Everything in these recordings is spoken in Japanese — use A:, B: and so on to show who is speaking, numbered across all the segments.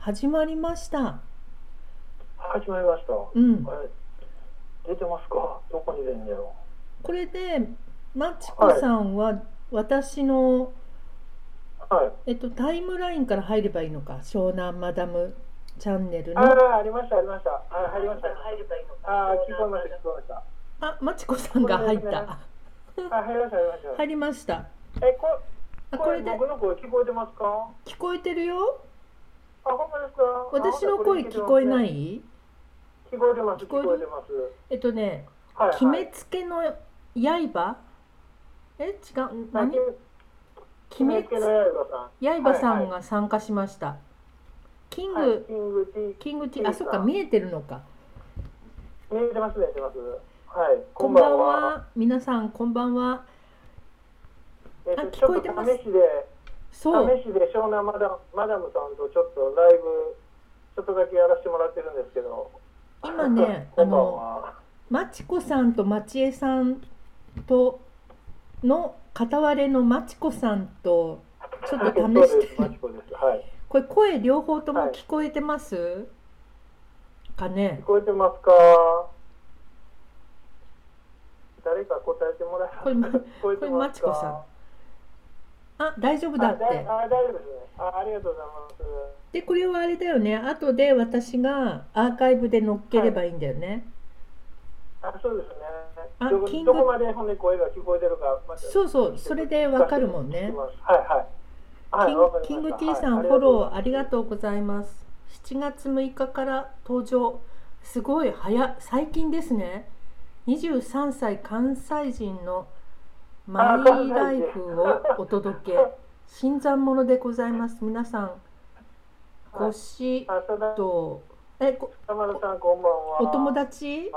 A: 始まりました。
B: 始まりました。こ
A: うん。
B: れ出てますか？どこに出んねやろ。
A: これでマチコさんは私の、
B: はい。
A: えっとタイムラインから入ればいいのか。湘南マダムチャンネル
B: あ
A: の
B: あーありましたありました。あー入りました。入ればいいのああ聞こえました聞こえま
A: あマチコさんが入っ
B: こ
A: た。
B: れですした。あ入りました入りま
A: 入りました。
B: した。えこ
A: あ
B: こ
A: こ
B: れ
A: れで
B: 僕の声聞こえてますか？あ
A: 聞こえてるよ。
B: ほんまですか？
A: 私の声聞こえな
B: あ。
A: い？
B: 聞こえてます聞
A: 聞こ
B: こ
A: える
B: えてます。
A: えっとね、
B: はいはい。
A: 決めつけの刃。え違う
B: 何
A: 何？決めつ
B: 決めつけの刃さん。
A: 刃さんが参加しました。キング、
B: はい。キング T
A: キングティ
B: キングさん
A: あそっか見えてるのか。
B: 見えてます見えてます。はい。
A: こんばん。は皆さんこんばんは。
B: えっと
A: あ
B: ち
A: 聞
B: ょ
A: こ
B: っ
A: え
B: と
A: てます
B: 試しで。
A: そう
B: 試しで湘南マダムマダムさんとちょっとライブちょっとだけやらせてもらってるんですけど
A: 今 ね
B: こんばんは
A: マチコさんとマチエさんとの片割れのマチコさんとちょっと
B: そう
A: 試し
B: です
A: て
B: マチコですはい
A: これ声両方とも聞こえてます、かね
B: 聞こえてますか誰か答えてもらえ
A: これま
B: 聞こえてますか
A: これマチコさんあ大丈夫だ
B: あ
A: っ
B: だい
A: て
B: あ大丈夫ですねあありがとうございます
A: でこれはあれだよね後で私がアーカイブで載っければいいんだよね、
B: あそうです
A: あ
B: ねどこ
A: キング
B: どこまでほんで声が聞こえてるかまた
A: そうそうそれでわかるもん
B: 聞
A: ね
B: きますはいはいはいわかりました
A: キンキング T さん、
B: はい
A: フォローありがとうございます。7月6日から登場。すごい早っ最近ですね。23歳関西人のマイライフをお届け。新参者でございます。皆さん、
B: はい
A: ご指
B: あ、ただ、
A: 導、え、ご
B: 田丸さん、こんばんは。
A: お友達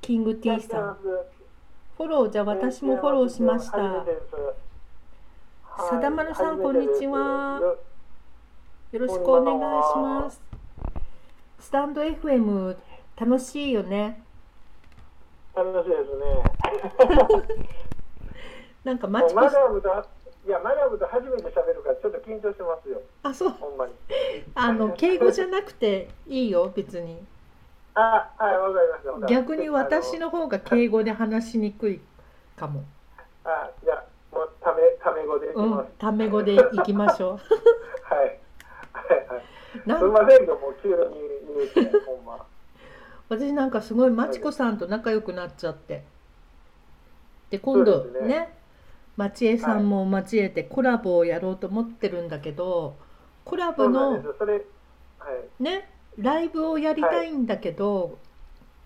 A: キング T さん。フォロー、じゃあ私もフォローしました。
B: 初め
A: よ
B: てですはい
A: 貞丸さん
B: 初めてです
A: こんにちは
B: よ
A: ろしくお願いします。スタンド FM 楽しいよね。
B: 楽しいですね。
A: なんかマ
B: も
A: チ
B: うマ
A: コさん、
B: ダムと、いや、マダムと初めて喋るから、ちょっと緊張してますよ。
A: あ、そう、
B: ほんまに。
A: あの敬語じゃなくていいよ、別に。
B: あ、はい、わかりましたわかりました。
A: 逆に私
B: の。
A: の方が敬語で話しにくいかも。
B: あ、じゃあ、もう、ため、ため語でいき
A: う
B: ます
A: ん。、タメ語でいきましょ
B: はい。はい、は 。
A: う。ない
B: すい
A: ん
B: ませんけど、もう急に言うて、ほんま。
A: 私なんかすごいマチコさんと仲良くなっちゃって。で、今度
B: そうですね
A: ね、マチエさんも交えてコラボをやろうと思ってるんだけど、コラ
B: そ
A: ボ
B: うな
A: の
B: んです。それ。はい。
A: ね、ライブをやりたいんだけど、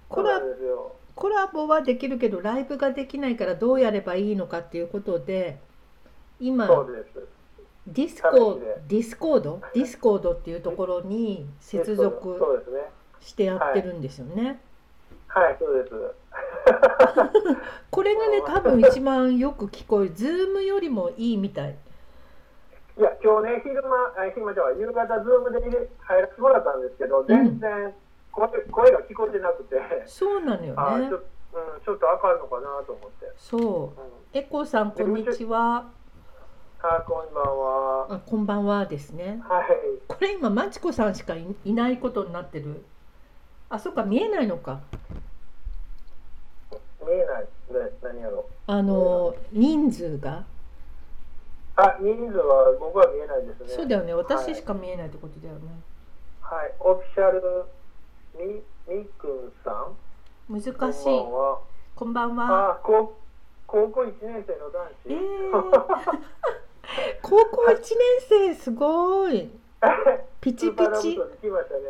A: コ
B: そう
A: ラ
B: な
A: ボ
B: んですよ。
A: コラボはできるけどライブができないからどうやればいいのかっていうことで今
B: そうです。
A: ディスコ
B: 試しで
A: ディスコードディスコードっていうところに接続
B: そうですね。
A: してやってるんですよね。
B: はい、そうです。
A: これがね多分一番よく聞こえる Zoom よりもいいみたい。
B: いや、今日ね、昼間、あ昼間じゃない夕方、ズームで入れ入らせてもらったんですけど、全然声,、声が聞こえてなくて、
A: そうなのよ
B: あ
A: ね
B: ちょ,、うん、ちょっとあかんのかなと思って。、
A: そううんエコーさんこんにちは
B: あこんばんは。
A: あこんばんはですね
B: はい。
A: これ今マチコさんしかいいないことになってるあそっか見えないのか
B: 見えない。ね、何やろ
A: あの人数が
B: あ、人数は僕は見えないですね。
A: そうだよね、
B: は
A: 私
B: い
A: しか見えないってことだよね。
B: はい。オフィシャル、み、みっくんさん。
A: 難しい。
B: こんばんは。
A: こんばんは。
B: あ、高高校1年生の男子。
A: ええー 高校一年生すご い。ピチピ
B: スーパーラブ
A: チ
B: ソ。ンに来ましたね。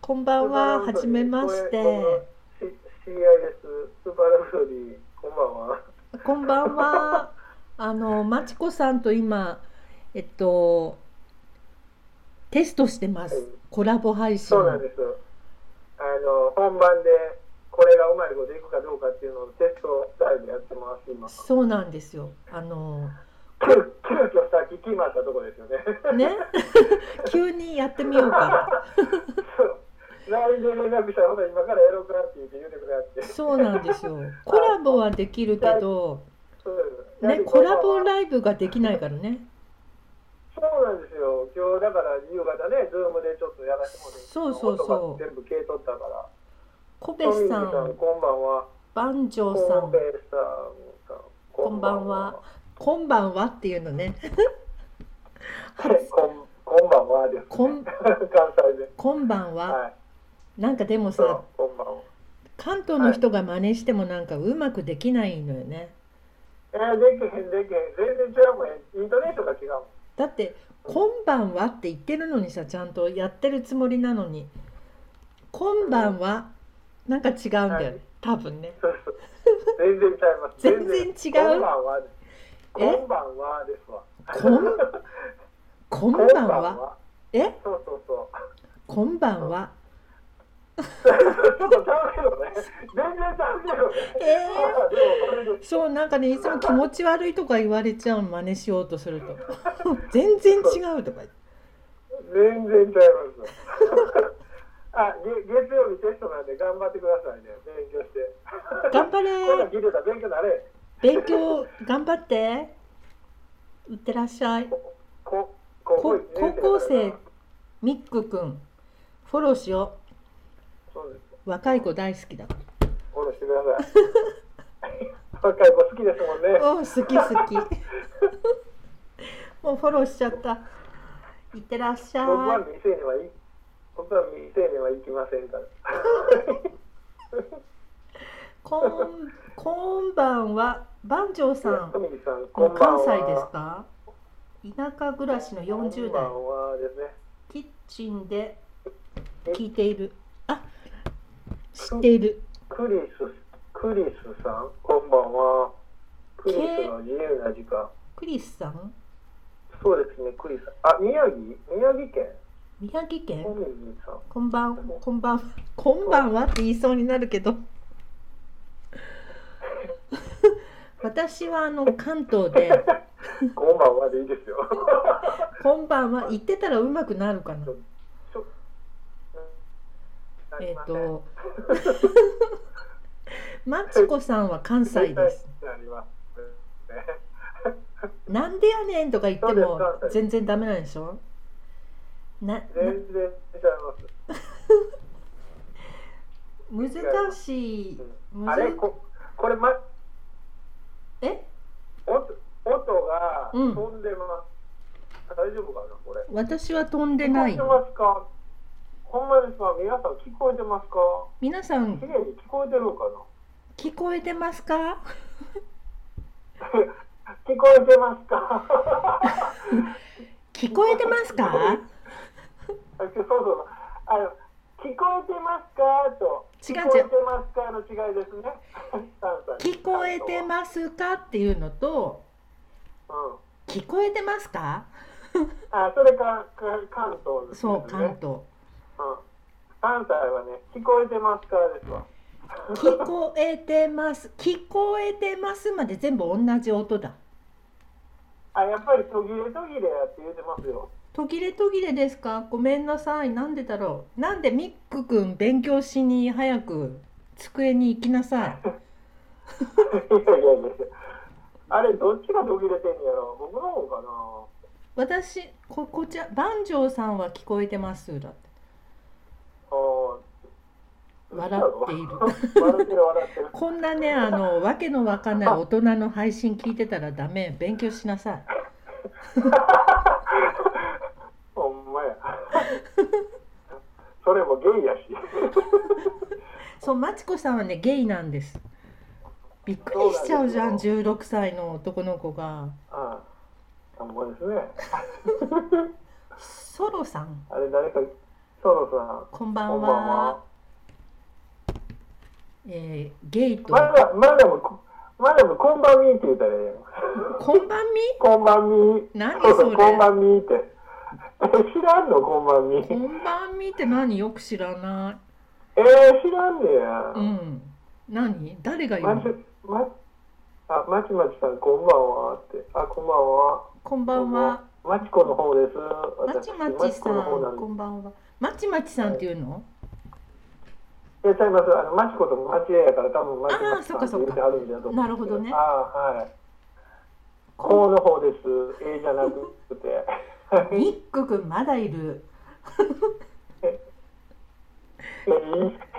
A: こんばんは。はじめまして。
B: し知り合いです。スーパーラブソディ、こんばんは。
A: こんばんは。あのまちこさんと今えっとテストしてま
B: はい
A: す。コラボ配信
B: そう。なんです。あの、本番で、これがうまいこといくかどうかっていうのをテストタイムやってます、今。
A: そうなんですよ。あの
B: 急急遽さっき決まったとこですよね。
A: ね、急にやってみようか。
B: そう。LINE で連絡したら、ほら今からやろうかって言って言ってくれはって。
A: そうなんですよ。コラボはできるけど。
B: そうです
A: ね、コラボ
B: イ
A: ライブができないからね。
B: そうなんですよ。今日だから夕方ね、ズームでちょっとやらせてもらって、
A: そうそうそう
B: 音が全部消えとったから。
A: コペスさ
B: トミーさん
A: ん、
B: こんばんは。
A: バンジョーさ
B: コン
A: ん
B: ベ、イさん、
A: こんばんは。こんばんはっていうのね。
B: こんばんは。こん、こんばんはです、ね。
A: こん
B: 関西で。
A: こんばんは。
B: はい。
A: なんかでも
B: そ
A: さ
B: う、、こんばんは。
A: 関東の人が真似してもなんかうまくできないのよね。
B: えー、できへん、できへん、全然違うもん。イントネーションが違うもん。
A: だって「こんばんは」って言ってるのにさちゃんとやってるつもりなのに「こんばんは」なんか違うんだよ
B: は
A: ね
B: い
A: 多分ね
B: そうそう。全然違います。
A: 全然違う
B: こんばんはです。
A: え
B: こんばんはですわ。
A: こん「こんばんは」え
B: そうそうそう。
A: 「こんばんは
B: ちょっとちゃうけどね。全然ちゃうけどね」。
A: え
B: あでもこれで
A: ー、そうなんかねいつも気持ち悪いとか言われちゃうの真似しようとすると 全然違うとか言って
B: 全然ちゃいます。 あ、げ月曜日テストなんで頑張ってくださいね。勉強して。
A: 頑張
B: こんなん
A: れ
B: 聞いてたら勉強なれ。
A: 勉強頑張っていってらっしゃい
B: こ高校
A: こ
B: 一
A: 高
B: 年生
A: 校
B: だ
A: 生
B: から
A: ミックくんフォローしよ
B: そうです。
A: う若い子大好きだから
B: フォローしてください。若い子好きですもんね。
A: うん、好き好 き。もうフォローしちゃった。いってらっしゃ。
B: 僕はい未成年はいい僕は未成年は行きませんから。
A: こん、こんばんは。番長さん。
B: トミーさん、こ
A: も
B: ん
A: う
B: ばん
A: 関
B: は。
A: 西ですか。田舎暮らしの40代
B: こ。んばんはですね。
A: キッチンで。聞いている。あ。知っている。
B: クリス、クリスさん、こんばんは。クリスの自由な時間。
A: クリスさん。
B: そうですね、クリスさん。あ、宮城宮城県
A: 宮城
B: ト
A: 県。
B: ミーさん。
A: こんばん、こんばん、こんばんはって言いそうになるけど。 私はあの関東で。
B: こんばんはでいいですよ。
A: こんばんは。言ってたらうまくなるかな。
B: ちょ
A: えっ、と。 マチコさんは関西です。。
B: なりますね
A: なんでやねんとか言っても
B: そうです
A: 全然ダメなんでしょ。な、な
B: 全然違います。
A: 難しい。
B: あ
A: むず
B: れここれ、ま、
A: え、
B: 音音が
A: うん
B: 飛んでます。大丈夫かなこれ。
A: 私は飛んで
B: 聞こ
A: な
B: え
A: い
B: て。ますかほんまですか皆さん聞こえてますか
A: 皆さん
B: 綺麗に聞こえてるのか
A: 聞こえてますか？
B: な聞こえてますか
A: 聞こえてます か？
B: そうそうそう。あの聞こえてますかと。
A: 違う
B: 聞こえてますかの違いですね。
A: 聞こえて
B: す。
A: ますかっていうのと
B: うん。
A: 聞こえてますか？
B: あ、それかか関東です
A: そ
B: ね。
A: う関東。
B: うん。関西はね、聞こえてますかですわ。
A: 聞こえてます。聞こえてますまで全部同じ音だ。
B: あ、やっぱり途切れ途切れやって言うてますよ。
A: 途切れ途切れですか。ごめんなさい。なんでだろう。なんでミックくん勉強しに早く机に行きなさい。
B: いやいやいや。あれ、どっちが途切れてんやろ僕の方かな
A: 私ここちゃ万丈さんは聞こえてますだって。
B: あ
A: 笑
B: ー
A: っている。
B: 笑ってる笑ってる。
A: こんなねあのわけのわかんない大人の配信聞いてたらダメ。勉強しなさい。
B: ほんまや。 それもゲイやし。
A: そうマチコさんはねゲイなんです。びっくりしちゃうじゃん16歳の男の子が。
B: ああ、ほんまですね。
A: ソロさん。
B: あれ、誰か、ソロさ
A: こんば
B: ん、
A: んは。
B: こんばんは。
A: えーゲイと。
B: マダム、マダム、こマダム、こんばんみって言ったらええやん。
A: こんばんみ。
B: こんばんみ。
A: 何
B: そう
A: そ
B: そう、
A: れ。
B: こんばんみって。え、知らんの、こんばんみ。
A: こんばんみって何よく知らな
B: えー、知らんねや。
A: い。うん。何誰が言
B: ま
A: う
B: ち
A: の。
B: まあ、まちまちさん、こんばんはって。あ、こんばんは。
A: こんばんは。。
B: まちこの方です。
A: まちまちさ。
B: 私まちこの方なんん
A: こ
B: で
A: んばんは。まちまちさんっていうの。
B: す。いや、ちゃいます。あの、まちことまちえやから、多分まちまちさん
A: あー
B: って
A: そっかそっか
B: 言ってあるんだと思うんですけ。
A: なるほどね
B: あーはい。こうの方です。えーじゃなくて。
A: ニック君まだいる。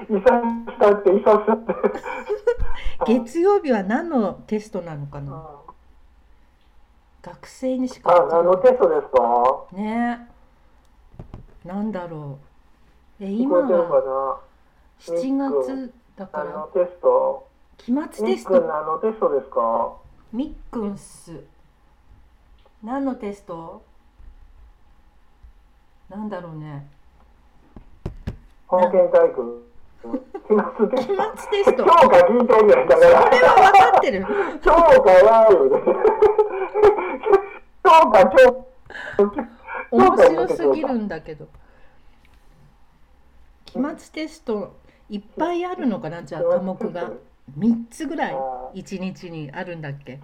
B: い遺産したって遺産したって。
A: 月曜日は何のテストなのかな
B: あ
A: 学生にしか
B: あ、何のテストですか
A: ねえなんだろうえ
B: 聞
A: 今
B: こえてる
A: は
B: か
A: 7月だか
B: な何の
A: ら
B: テスト
A: 期末
B: み
A: テ
B: っ
A: ス
B: くん
A: ト
B: 何のテストですか
A: みっくんっす何のテストなんだろうね
B: 保健体育。 期末テス
A: 期
B: ト。
A: 末テスト
B: 教科聞いてんねんだから。
A: これは分か ってる
B: 教科はよ ね。教科教
A: 面白すぎるんだけど期末テストいっぱいあるのかなじゃあ科目が3つぐらい1日にあるんだっけ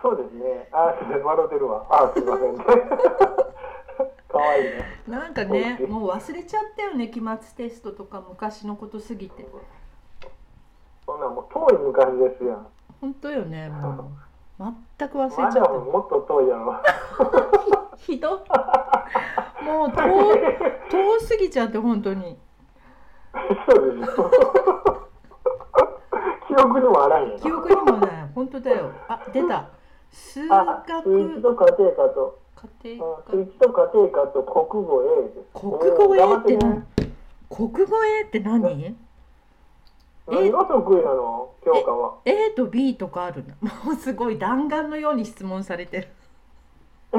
B: そうですね。あ、すいません笑ってるわ。あ、すいません。 可愛いね。
A: なんかね
B: そうです
A: もう忘れちゃったよね期末テストとか昔のことすぎて
B: そんなんもう遠い昔ですやん。
A: 本当よねもう全く忘れちゃ
B: ま
A: っ
B: だもっと遠いやろ。
A: たひどいもう遠遠すぎちゃって本当に
B: そうですよ。 記憶にもあらへんよ。
A: 記憶にもない本当だよあ出た数
B: あ
A: 学、
B: 数一と家庭科と、
A: 家庭科
B: 数一と家庭科と国語 A です。
A: 国語 A って
B: おー
A: 何国語 A って何
B: 何が得意なの教科は。
A: A と B とかあるのもうすごい弾丸のように質問されてる
B: いや、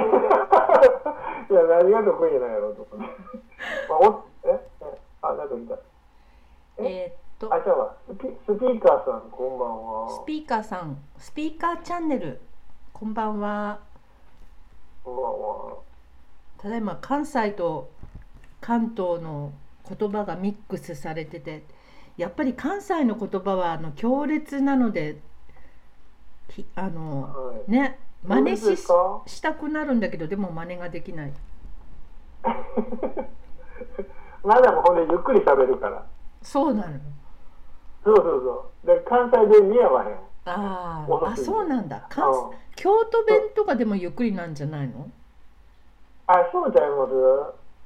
B: 何が得意なんやろうと かね。まあ、おええあ、なんか見た。え
A: えーっと
B: あ、じゃあ、スピスピーカーさん、こんばんは。
A: スピーカーさんスピーカーチャンネルこんばんは
B: こんばんは。
A: ただいま関西と関東の言葉がミックスされててやっぱり関西の言葉はあの強烈なのでひあの
B: はい。
A: ね真似
B: どうで
A: し
B: すか
A: したくなるんだけどでも真似ができない
B: まだもほんでゆっくり喋るから。
A: そうなの
B: そうそうそう。で、関西弁似合わへん。
A: あー
B: わか
A: あ
B: ってる
A: そうなんだ関
B: あ
A: 京都弁とかでもゆっくりなんじゃないの
B: あ、そうちゃいます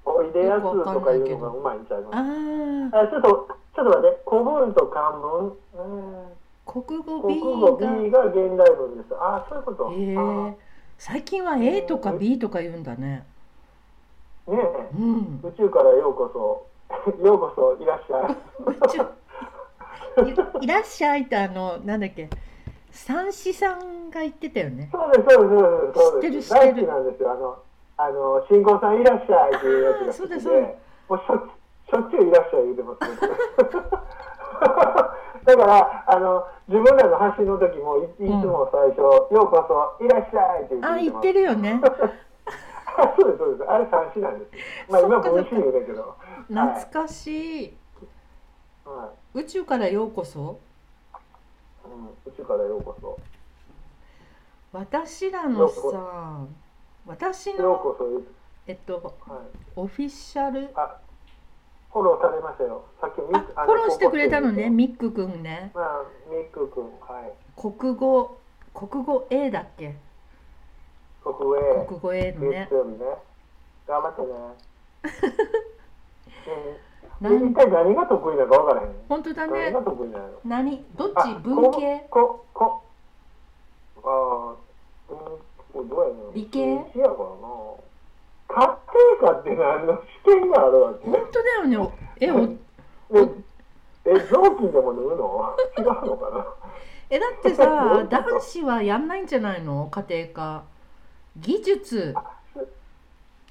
B: おいでやすとかいうのがうまいんちゃいます
A: ああ
B: あ、ちょっと、ちょっと待って。古文と漢文。うん
A: 国語
B: 国語
A: B が
B: B が現代文です。あ、そういうこと。
A: へえ
B: あ
A: 最近は A とか B とか言うんだね
B: ねえ。
A: うん
B: 宇宙からようこそ ようこそいらっしゃい
A: 宇宙いいらっしゃいってあのなんだっけ三子さんが言ってたよね
B: そうですそうですそうです
A: 知
B: そうです
A: ってる知ってる
B: 大好きなんですよあのあの新婚さんいらっしゃいっていうやつが好き
A: あーそうだ
B: で
A: そうだ
B: もうしょっしょっちゅういらっしゃい言うてます、 ね、だからあの自分らの発信の時もいいつも最初、ようこそいらっしゃいって言
A: あ
B: って
A: 言
B: ま
A: っ
B: す
A: てるよね
B: あ そうですそうですあれ三子なんですまあ今
A: そっかそっ
B: 分
A: か
B: 子言うだけど、
A: 懐かしい
B: は
A: 宇宙からようこそ
B: いうん、宇宙からようこそ
A: 私らのさ私
B: よう
A: の
B: こそ言う、
A: えっと
B: はい、
A: オフィシャル
B: あ、フォローされましたよ。さっきミ
A: あフォローしてくれたのね
B: ミ
A: ミックくんね
B: あ、ミック君、はい。
A: 国語国語 A だっけ
B: 国営、
A: 国語 A のね
B: 月曜日ね。頑張って ね。
A: な
B: うん、一
A: ん
B: 体何が得意なのか分からへん。
A: 本当だ
B: 何
A: ね
B: が得意なの
A: 何どっ
B: あ
A: ち文系
B: こ、こ、こあー、うん、こどうやねん
A: 理系
B: 理系やからな。家庭科って何の試験があるわけ
A: 本当だよねおえお
B: でえ、雑巾でも縫うの違うのかな
A: えだってさ男子はやんないんじゃないの家庭科技術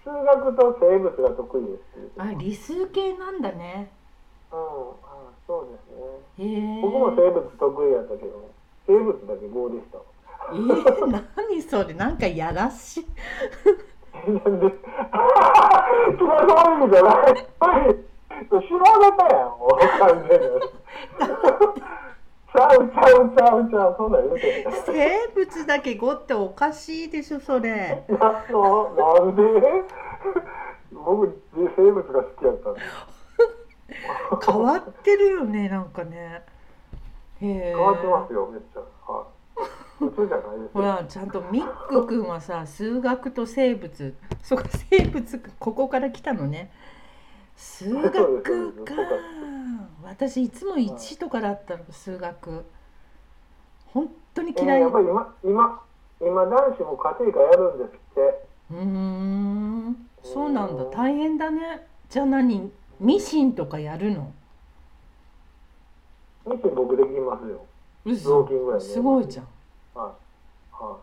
B: 数学と生物が得意です。うん、
A: あ理数系なんだね
B: あそうですね。
A: へええ
B: 僕も生物得意やったけど、生物だけ5でした。
A: ー、何それなんかやらしい
B: なん で、気が悪いんじゃない知らなかったやん、もう完 全に。ちゃうちゃうちゃうちゃう、そんなん言うてんの。
A: 生物だけ語っておかしいでしょそれ
B: なのなんで僕、生物が好き やったの。
A: 変わってるよねなんかねへえ
B: 変わってますよ、めっちゃ。はい普通じゃないです
A: ほ
B: よ。
A: らちゃんとミック君はさ数学と生物 そっか生物ここから来たのね数
B: そうです
A: 学か
B: そうです
A: 私いつも1とかだったの数学本当に
B: えー
A: 嫌い
B: や
A: う
B: っぱり今、今、今男子も家庭科やるんですって。
A: ーんそうなんだ大変だねじゃあ何ミシンとかやるの
B: ミシン僕できますよ。
A: 嘘
B: 雑巾ぐらいね。
A: すごいじゃん
B: はい。は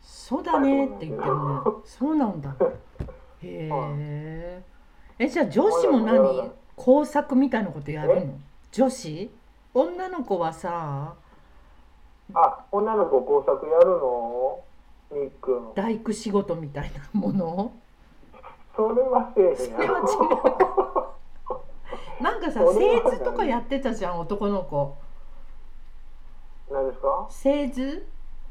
A: そうだねって言ってるね。そうなんだ。へえ。え、じゃあ女子も何工作みたいなことやるの女子女の子はさ、
B: い。あ、女の子工作やるのみっくん。
A: 大工仕事みたいなも の
B: それはせえへん
A: それはなんかさ、
B: それは
A: 製
B: ない
A: 図とかやってたじゃん、男の子。
B: 何ですか
A: 製図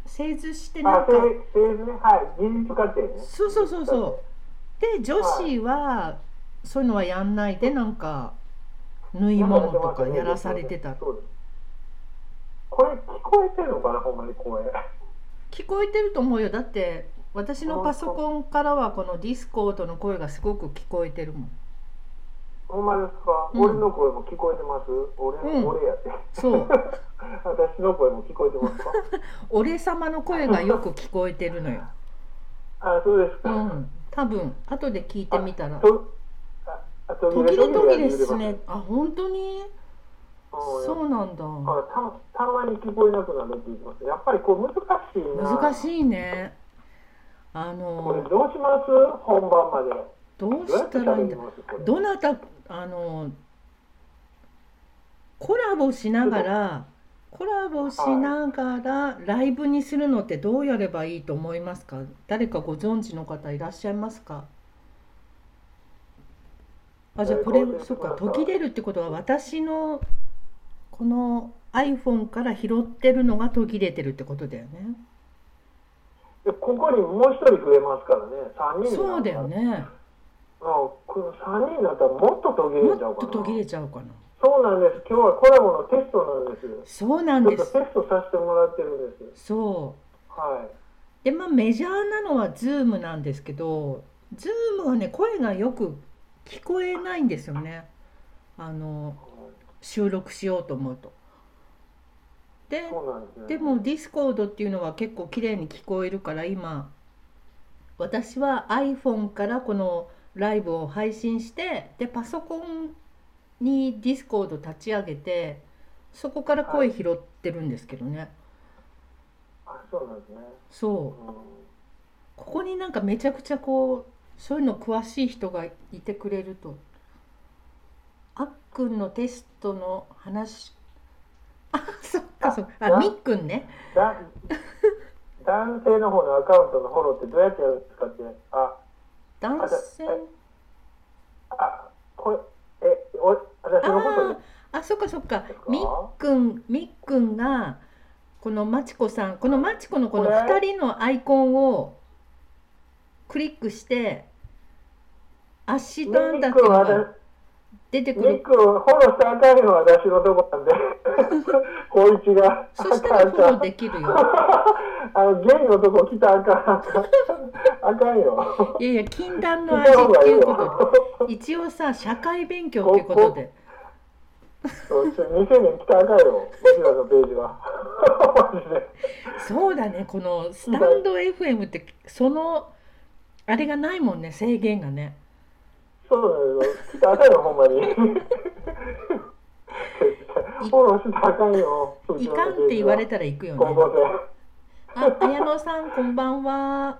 A: 製図してな
B: あ、
A: んか
B: せ、製図ね。はい。技術課程ね。
A: そうそうそうそう。で、女子は、そういうのはやんないで、なんか、縫い物とかやらされてた
B: そうですこれ聞こえてるのかな、ほんまに声。
A: 聞こえてると思うよだって私のパソコンからはこのディスコードの声がすごく聞こえてるもん
B: ほんまですか、
A: うん
B: 俺の声も聞こえてます俺の、
A: うん
B: 俺やって。
A: そう
B: 私の声も聞こえてますか
A: 俺様の声がよく聞こえてるのよ
B: あ、そうです
A: う
B: か。
A: ん多分後で聞いてみたら
B: とああ途
A: 途切れ途切れっす
B: うんやっ
A: ねあ本当にそうなんだ
B: ぱたたまに聞こえなくなるって言いますやっぱりこう難しいな
A: 難しいねあ
B: これ
A: の
B: どうします本番まで
A: どう
B: どうやっ
A: してたらいい
B: 喋
A: ん
B: り
A: だ
B: ますこれ
A: どなたあのコラボしながらコラボしながらライブにするのってどうやればいいと思いますか誰かご存知の方いらっしゃいますかあじゃあこれ
B: 誰か
A: そっか
B: 教
A: 途
B: えてください
A: 切れるってことは私のこの iPhone から拾ってるのが途切れてるってことだよね。
B: でここにもう一人増えますからね三人になったら
A: そうだよね。
B: うんこの三人になったらもっと途切
A: もっ
B: れちゃうかな
A: と途切れちゃうかな。
B: そうなんです今日はコラボのテストなんです
A: そうなん
B: ちょっ
A: で
B: と
A: す。
B: テストさせてもらってるんです
A: そう。
B: はい
A: でまあメジャーなのは Zoom なんですけど Zoom はね声がよく聞こえないんですよねあの収録しようと思うと。で
B: そうなんですね
A: でも Discord っていうのは結構綺麗に聞こえるから今私は iPhone からこのライブを配信してでパソコンに Discord 立ち上げてそこから声拾ってるんですけどね、
B: あそうなんですね
A: そう
B: う
A: ここになんかめちゃくちゃこうそういうの詳しい人がいてくれるとあっくんのテストの話あそっかそっかあみっくんね
B: んだ男性の方のアカウントのフォローってどうやってやるんですかってあ
A: 男性
B: あ、これ、え、お、私のこと
A: あ
B: です
A: ああそっかそっか
B: か
A: みっくんみっくんがこのまちこさんこのまちこのこの
B: これ
A: 2人のアイコンをクリックしてアシ
B: ミ
A: ッドアンダー
B: ッ
A: って
B: ク
A: いうのが出て
B: を私
A: く
B: ミッ
A: る
B: クをフォローしたらあかんのは私のとこな んで、光一が、
A: そしたらフォロー
B: あ
A: できるよ
B: かんあの、ゲイのとこ来たらあかん。あかん よ。
A: いやいや禁断の
B: 来
A: 味った
B: 方が
A: て
B: いい
A: いうこと
B: よ。
A: で一応さ社会勉強っていうことで
B: そう2000年来たらあかんよ。うちらのページは。 マジで。
A: そうだねこのスタンド FM ってそのあれがないもんね制限がね
B: そうなんですよ。来たらあかんよ、ほんまに。フォローしたらあかんよ。う
A: い
B: ち
A: からんっ
B: のページは
A: て言われたら行くよね
B: 高校生。
A: あ綾野さんこんばんは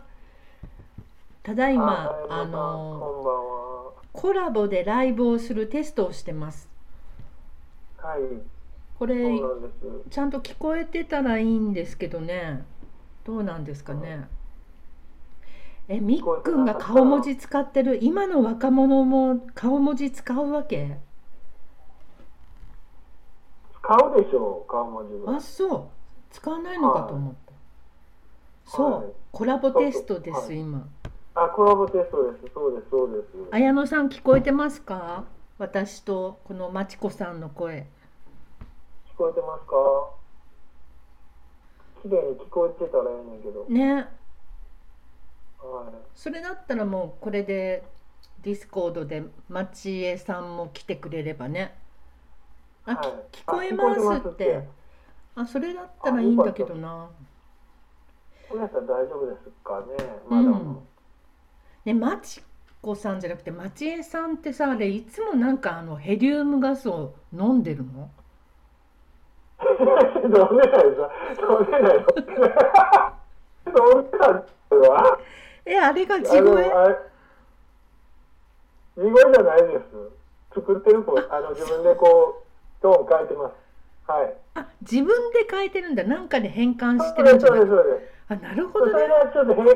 A: ただいまあの
B: の
A: コラボでライブをするテストをしてます
B: こんばんは。はい、
A: これ
B: そうなんです。
A: ちゃんと聞こえてたらいいんですけどねどうなんですかねえみっくんが顔文字使ってる今の若者も顔文字使うわけ
B: 使うでしょう、顔文字は
A: あ。そう使わないのかと思った、そ
B: はいう
A: コラボテストで
B: そうそ
A: す
B: うは
A: 今
B: あ、コラボテストです。そうです、そうです。
A: 綾野さん聞こえてますか私とこのまちこさんの声
B: 聞こえてますか綺麗に聞こえてたらええねんけど、
A: ね
B: はい、
A: それだったらもうこれでディスコードで町江さんも来てくれればねあ、
B: はい
A: き聞こえますってあそれだったらいいんだけどな
B: これさん大丈夫ですかねまだ、
A: うんねマチコさんじゃなくて町江さんってさあれいつもなんかあのヘリウムガスを飲んでるの
B: 飲んでないぞ飲んでないぞ飲んでないぞは
A: えあれが地声
B: あれ地声じゃないです作ってる子あの自分でこうトーン変えてますはい
A: あ自分で変えてるんだなんかで変換して
B: そう
A: る
B: で
A: ん
B: す
A: じゃ
B: そ
A: ない
B: うですそうです
A: あなるほ
B: そ
A: ど
B: れ
A: ね
B: がちょっとヘ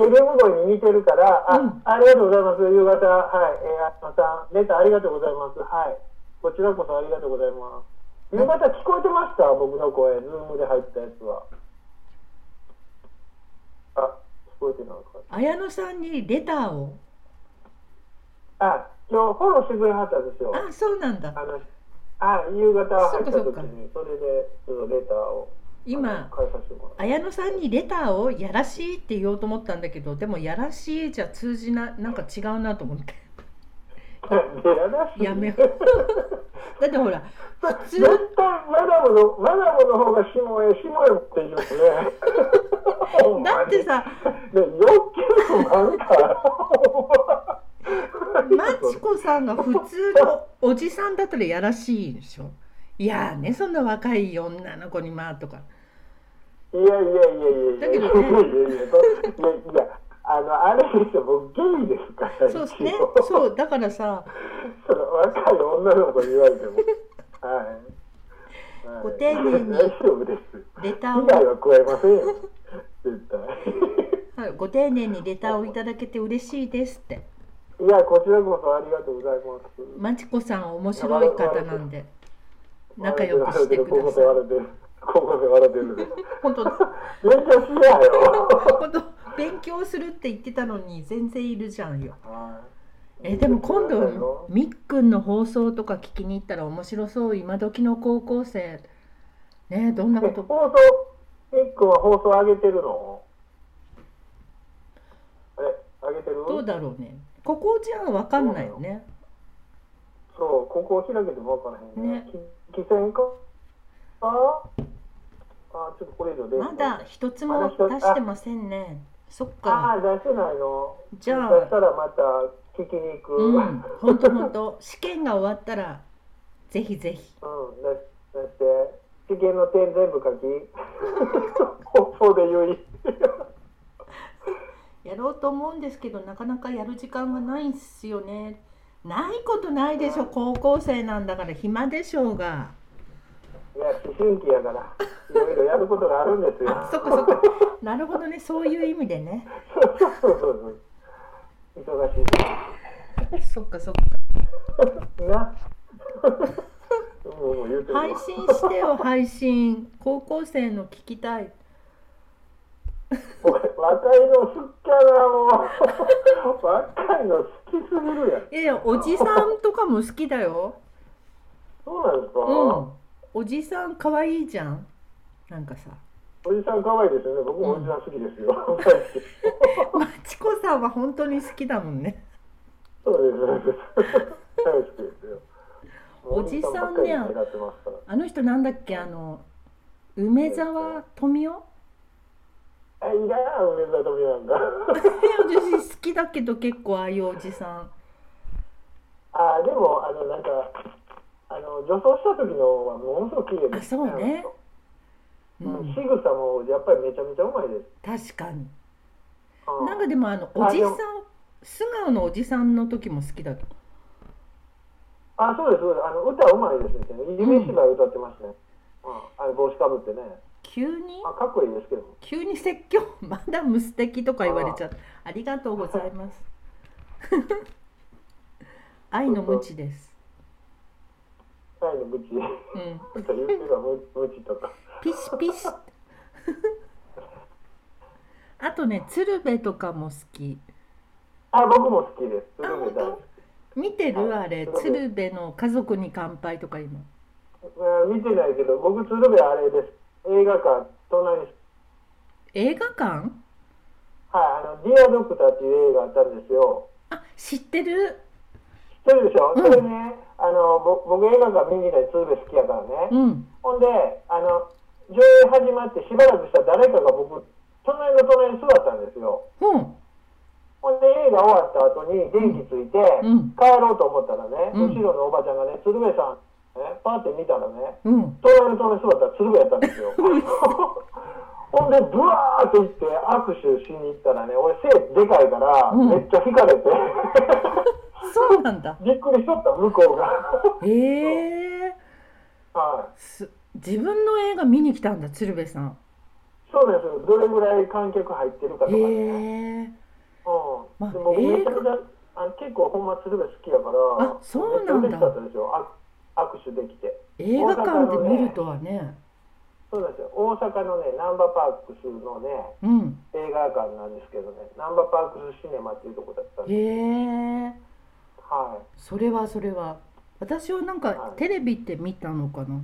B: ヘレム声に似てる からあ、
A: うん
B: ありがとうございます夕方はいえー、あつまさんレターありがとうございますはいこちらこそありがとうございます夕方聞こえてました僕の声ズームで入ったやつはあ聞こえてなかった
A: 綾野さんにレターを
B: あ、今日フォローしてくれはったんですよ。
A: あそうなんだ
B: あの、あ、夕方入った時に、それで、ちょっとレターを。あの
A: 今
B: 返させてもらう。
A: 綾野さんにレターを「やらしい」って言おうと思ったんだけどでも「やらしい」じゃ通じななんか違うなと思って
B: い やらしい
A: やめよ
B: 絶
A: だってほら普通
B: 対マダムの、マダムの方が下へ、下へって 言いますね。
A: だってさ
B: ね、欲求もあるから。
A: マチコさんが普通のおじさんだったらやらしいでしょいやーねそんな若い女の子にまあとか
B: いやいやいやいやいや。
A: だけどね
B: いやいやいや、そういやいや、あの、あれですよ、僕ゲイですから。
A: そうです
B: 一
A: ね
B: 応
A: そうだからさ
B: その若い女の子に言われても、はい。はい
A: ご丁寧に
B: 大丈夫です。
A: レター
B: 被
A: を
B: 害は加えませんよ。絶対。
A: はいご丁寧にレターをいただけて嬉しいですって
B: いや、こちらこそありがとうございます。
A: マチコさん面白い方なんで仲良くしてく
B: ここ
A: だ
B: で
A: さい
B: 笑ってる。ここで笑ってる。
A: 本当
B: めっちゃしやよ。
A: 本当勉強するって言ってたのに全然いるじゃんよ
B: はい
A: えでも今
B: いいですよ
A: 度みっくんの放送とか聞きに行ったら面白そう今時の高校生ねどんな
B: え
A: こ
B: 放
A: と
B: 送、ミックは放送上げてるのえ、上げてる
A: どうだろうねここじゃわかんないよね
B: そう、ここを開けても分からへんね
A: ね。
B: き汽船かああ、ちょっとこれ以上で。
A: まだ一つも出してませんねそっ
B: あ
A: か
B: あ、出せないの。
A: じゃ
B: だし
A: あ
B: たらまた聞きに行く。
A: う
B: うん、
A: ん本当本当試験が終わったらぜひぜひ
B: 出し出して。試験の点全部書き。放送で言い。
A: やろうと思うんですけどなかなかやる時間がないんすよねないことないでしょ高校生なんだから暇でしょうが
B: いや、思春期やから。いろいろやることがあるんですよ。
A: あそっかそっ かなるほどねそういう意味でね
B: そうそうそうそう。忙しい。
A: そっかそっ
B: な。もうもう言うて
A: か
B: るわ
A: 配信してよ配信高校生の聞きたい
B: お前若いの好きやなもう若いの好きすぎるやん
A: いやいやおじさんとかも好きだよ
B: そうなんですか、
A: うんおじさん可愛いじゃんなんかさ
B: おじさん可愛いですよね僕もおじさん好きですよ、
A: まちこさんは本当に好きだもんね
B: そうですそうです大好きですよ
A: おじさん
B: おじ
A: ね
B: ばっかり狙ってますから
A: あの人なんだっけあの梅沢富美男
B: あいらん梅沢富美男なんだ
A: え私好きだけど結構ああいうおじさん
B: あでもあのなんかあの女装した時のはものすごく綺麗で
A: あ
B: す
A: そうね、う
B: うん
A: ん、
B: 仕草もやっぱりめちゃめちゃうまいです、
A: 確かに
B: う
A: なんかでもあのおじさん素顔のおじさんの時も好きだけど
B: あ、そうです、そうです。あの歌うまいですね。いじめ芝居歌ってましたね。うん、あの帽子かぶってね。
A: 急に
B: あ、かっこいいですけど。
A: 急に説教「マダム素敵とか言われちゃったありがとうござい ます愛の無知です、
B: はい、の無知。
A: うん、
B: 歌言うてるわ、無無知とか。
A: ピシピ シあとね鶴瓶とかも好き
B: あ、僕も好きです。
A: あ
B: 鶴瓶大好き
A: 見てるあれ
B: はい
A: 鶴瓶の「家族に乾杯」とか今
B: うん見てないけど、僕鶴瓶あれです。映画館隣に、
A: 映画館
B: はい、あの、ディアドクターっていう映画あったんですよ。
A: あ、知ってる。
B: 知ってるでしょ、
A: うん
B: それね、あの、ぼ僕映画館見に行ったりツーベ好きやからね。
A: うん。
B: ほんで、あの、上映始まってしばらくしたら誰かが僕、隣の隣に座ったんですよ。
A: うん。
B: ほんで映画終わった後に電気ついて、
A: うん
B: 帰ろうと思ったらね、
A: うん
B: 後ろのおばちゃんがね、鶴瓶さん、ね、パーって見たらね、
A: うん。
B: 隣の隣に座ったら鶴瓶やったんで すよ。 ほんで、ブワーって行って握手しに行ったらね、俺背でかいから、
A: うん
B: めっちゃ引かれて、
A: そうなんだ。
B: びっくりしとった、向こうが。
A: へえ。
B: はい。
A: す自分の映画見に来たんだ鶴瓶さん。
B: そうです。どれぐらい観客入ってるかと
A: へ
B: かね。
A: え。
B: う
A: まあ
B: ん。でも僕
A: 映
B: めち
A: 画
B: ゃくちゃ、あの結構ほんま鶴瓶好きやから
A: あ、そうなんだ
B: めっちゃ嬉しかったですよ。あ握手できて。
A: 映画館で見るとはね。
B: そうなんですよ大阪のね難波パークスのね
A: うん。
B: 映画館なんですけどね難波パークスシネマっていうとこだったんで
A: へえ。
B: すは
A: それはそれは。私はなんか
B: はい
A: テレビって見たのかな。
B: い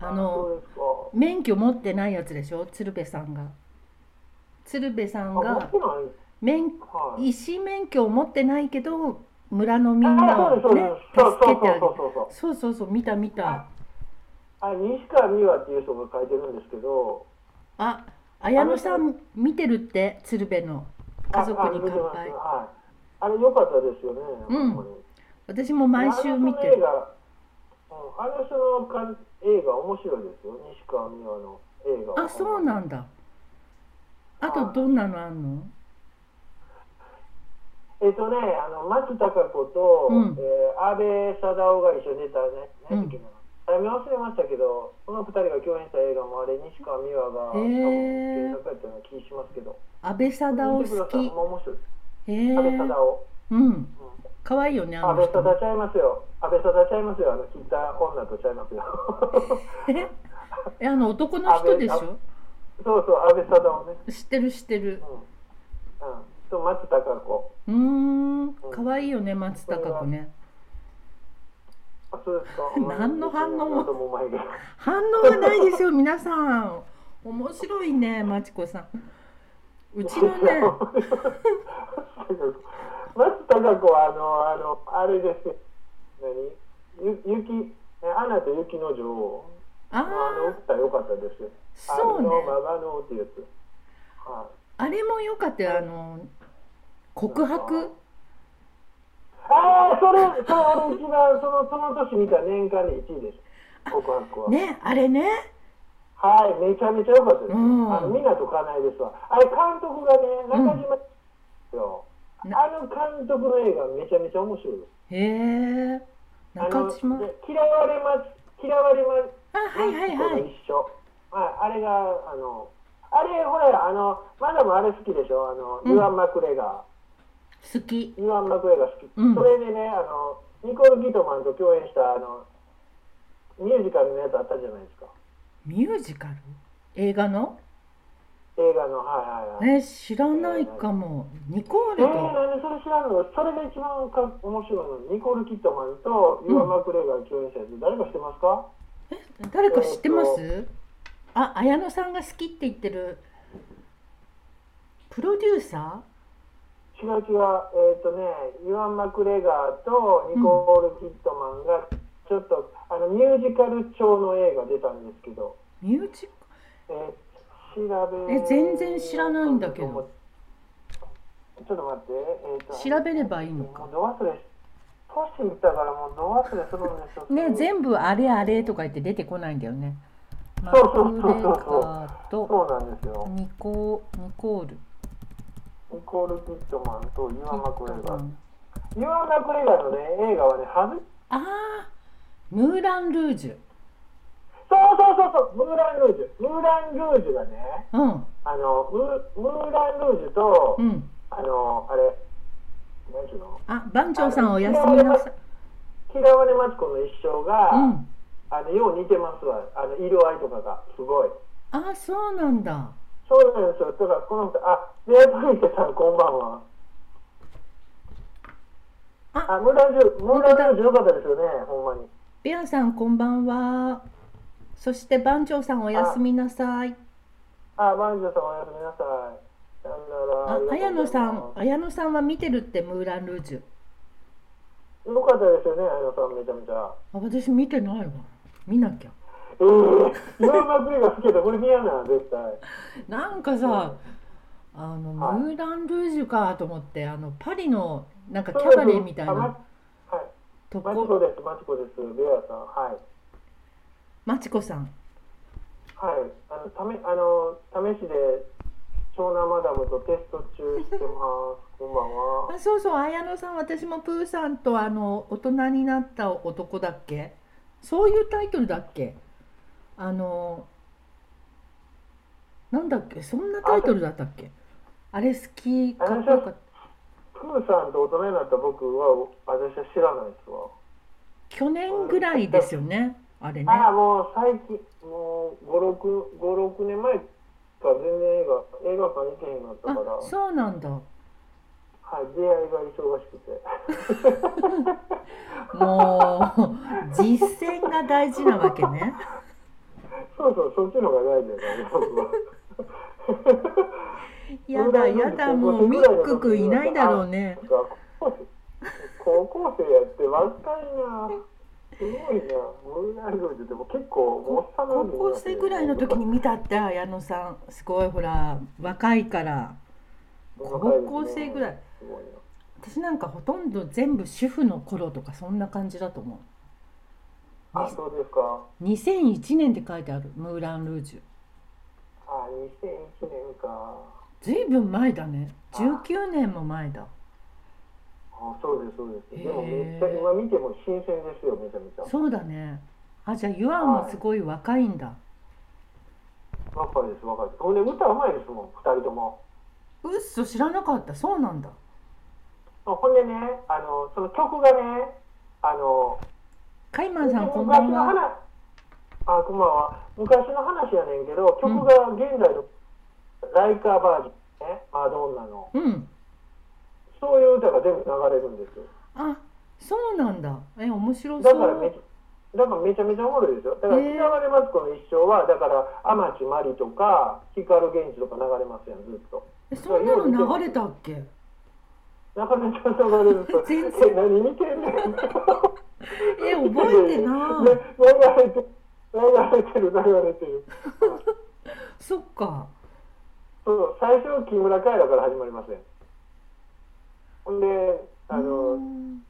A: あ
B: そう
A: の
B: ですか
A: 免許持ってないやつでしょ鶴瓶さんが。鶴瓶さん
B: あ
A: が
B: もちろん
A: 免
B: はい
A: 医師免許を持ってないけど村のみん
B: あ
A: な
B: そうです
A: を
B: そう
A: ね
B: ですそう
A: 助
B: そ
A: け
B: う
A: てあげ
B: そ
A: る
B: うそ
A: そう
B: うそう
A: そうそう見た見た
B: あ西川美和っていう人が書いてるんですけど
A: あ綾野さん見てるって鶴瓶の家族に
B: ああ見て
A: 乾
B: ます
A: 杯
B: はいあれ良かったですよね
A: うん
B: ほまに
A: 私も毎週見てる
B: あの人の映画うんあの人の映画面白いですよ西川美和の映画は
A: あそうなんだあとどんなのあんの
B: えっとね、あの松たか子と、
A: うん
B: えー安倍貞夫が一緒に出たね、
A: うん
B: 何時のあれ見忘れましたけど、この二人が共演した映画もあれ、西川美和が、
A: へー
B: 多分原作やったような気しますけど、
A: 安倍貞夫
B: 見てくだ
A: 好
B: さ
A: き
B: い、もう面白い。
A: へ
B: 安倍貞
A: え
B: 夫。
A: うん
B: うん
A: 可愛いよねあの
B: 安倍
A: 人
B: 貞ちゃいますよ。安倍貞ちゃいますよ。あの、聞いた女とちゃいますよ。
A: ええあの男の人でしょ
B: そうそう、安倍貞夫ね。
A: 知ってる知ってる
B: うん。うん。と、松たか子。
A: うーん可愛いよね松たか子ね
B: あ、そうですか。
A: 何の反応も
B: あともう眉毛
A: 反応がないですよ皆さん面白いねまちこさんうちのね
B: 松たか子はあのあのあれですよ何ゆ雪えアナと雪の女王
A: あ
B: あの
A: あ
B: 歌良かったですよ
A: そうね
B: あのババのっていうやつはい
A: あれもよかったよあの告白
B: ああそれそれ俺一番そのその年見た年間で1位です告白は、
A: ねあれね
B: はいめちゃめちゃ良かったです、
A: うん
B: あの湊かなえですわあれ監督がね中島ですよ、
A: な
B: あの監督の映画めちゃめちゃ面白いです
A: へえ
B: あの
A: 中島
B: で嫌われます嫌われます
A: あはいはいはい
B: 一緒、はい、あれがあのあれほらあのマダムあれ好きでしょあの、
A: うん
B: イワン・マクレガ
A: 好き
B: ーイワン・マクレガー好き、
A: うん
B: それでねあのニコール・ギトマンと共演したあのミュージカルのやつあったじゃないですか
A: ミュージカル映画の
B: 映画のはいはいはい
A: え知らないかもニコー
B: えー、
A: ルと
B: なんでそれ知らんのそれが一番か面白いのニコール・キットマンとイワン・マクレガー共演したやつ、誰か知ってますか
A: 誰か知ってますあ綾野さんが好きって言ってるプロデューサ
B: 違う違う、えっ、とね、イワン・マクレガーとニコール・キットマンが、ちょっと、あの、ミュージカル調の映画出たんですけど、
A: ーミュージカ
B: えー調べ
A: え全然知らないんだけど。
B: ちょっと待って、えっ、と、
A: ル調べればいいの
B: も
A: か
B: うど忘れし、年いったからもうど忘れするんですよ。
A: ね、全部あれあれとか言って出てこないんだよね。マク
B: そうそう
A: レ
B: そうそう
A: カーと
B: そうなんですよ。
A: ニコニコール。
B: ニコール・キットマンとイワン・マクレガ
A: あ
B: ー。イワン・マクレガーのね、映画はね、はず
A: あー、ムーラン・ルージュ。
B: そうそうそうそう、ムーラン・ルージュ。ムーラン・ルージュがね、
A: うん
B: あのムームーラン・ルージュと、
A: うん。
B: あのあれ何ていうの
A: あ、番長さんおやすみなさい。
B: 嫌われマチコの一生が、
A: うん。
B: あのよう似てますわあの色合いとかがすごい
A: あー、そうなんだ。
B: そうなんですよだからこの人あっ宮崎池さんこんばんは
A: あ
B: あムーラン・ルージュムー
A: 本当だ
B: ラン・ルージュよかったですよねほんまに
A: ベアさんこんばんは。そして番長さんおやすみなさい。
B: あ、万女さんおやすみなさい。さよなら
A: あ、
B: り
A: 綾
B: がとう
A: 野
B: ござい
A: さ
B: ます
A: ん、綾野さんは見てるってムーランルージュ。
B: よかったですよね、あやさん、めちゃめちゃ。
A: あ私見てないわ。見なきゃ。
B: ええー、い ろんな映画好きだ、これ嫌な、絶対。
A: なんかさ、あの、
B: はい
A: ムーラン・ルージュかと思って、あの、パリの、なんかキ
B: そう
A: ャバレーみたい
B: ですあ
A: な
B: まはい。
A: と
B: マチコ
A: こ、
B: です、マチコです、ベアさん。はい。
A: マチコさん。
B: はい。あの、ため、あの、試しで、湘南マダムとテスト中してます。こんばんは。
A: あ、そうそう、綾野さん、私もプーさんと、あの、大人になった男だっけそういうタイトルだっけあの、なんだっけそんなタイトルだったっけあれ好きかっこよかった。
B: プーさんと大人になった僕は、私は知らないですわ。
A: 去年ぐらいですよね、あれね。
B: ああ、もう最近、もう5、6、5、6年前か、全然映画、映画館行けへんなった
A: あ
B: から、はい、
A: そうなんだ。も
B: 出会いが忙しくて。
A: う、実践が大事なわけね。
B: そうそう、そっちの方が大事だから、僕は。
A: やだやだ、もうミックくんいないだろうね。
B: 高校生やって若いな。すごいな。ムーランルージュでも結構もうおっさんの
A: 高
B: ようになっ
A: 校
B: て
A: 生
B: る
A: ぐらいの時に見たって、矢野さん。すごい、ほら、若いから。高校生ぐらい。
B: すごいな
A: 私なんかほとんど全部主婦の頃とかそんな感じだと思
B: あ、そうですか。
A: う。2001年って書いてある、ムーラン・ルージュ。
B: あ、2001年か。
A: ずいぶん前だね。19年も前だ。
B: あ、そうですそうです。でも
A: へ
B: め
A: ー
B: っちゃ今見ても新鮮ですよめちゃめちゃ。
A: そうだね。あ、じゃあユアンもすごい若いんだ。
B: 若いです若いです。ほんで歌うまいですもん二人とも。
A: うっそ知らなかったそうなんだ
B: ほんでねあのその曲がねあの
A: カイマンさんこんば
B: 昔
A: ん
B: の
A: は
B: 話あこんばんは昔の話やねんけど曲が現代のライカーバージョンね、マドンナの
A: うん
B: そういう歌が全部流れるんですよ
A: あそうなんだえ面白そ
B: だからめ
A: う
B: ちだからめちゃめちゃおもろいですよだから
A: へー
B: 嫌われマツコの一生はだから天地真理とか光源氏とか流れますやんずっと
A: えそんなの流れたっけ
B: なかなか流れると
A: 全然
B: え何見てんねん
A: え覚えてな
B: ね
A: い
B: 流れてる流れてる流れてる
A: そっか
B: そう最初木村カエラから始まりませんほんであ
A: う
B: の
A: ん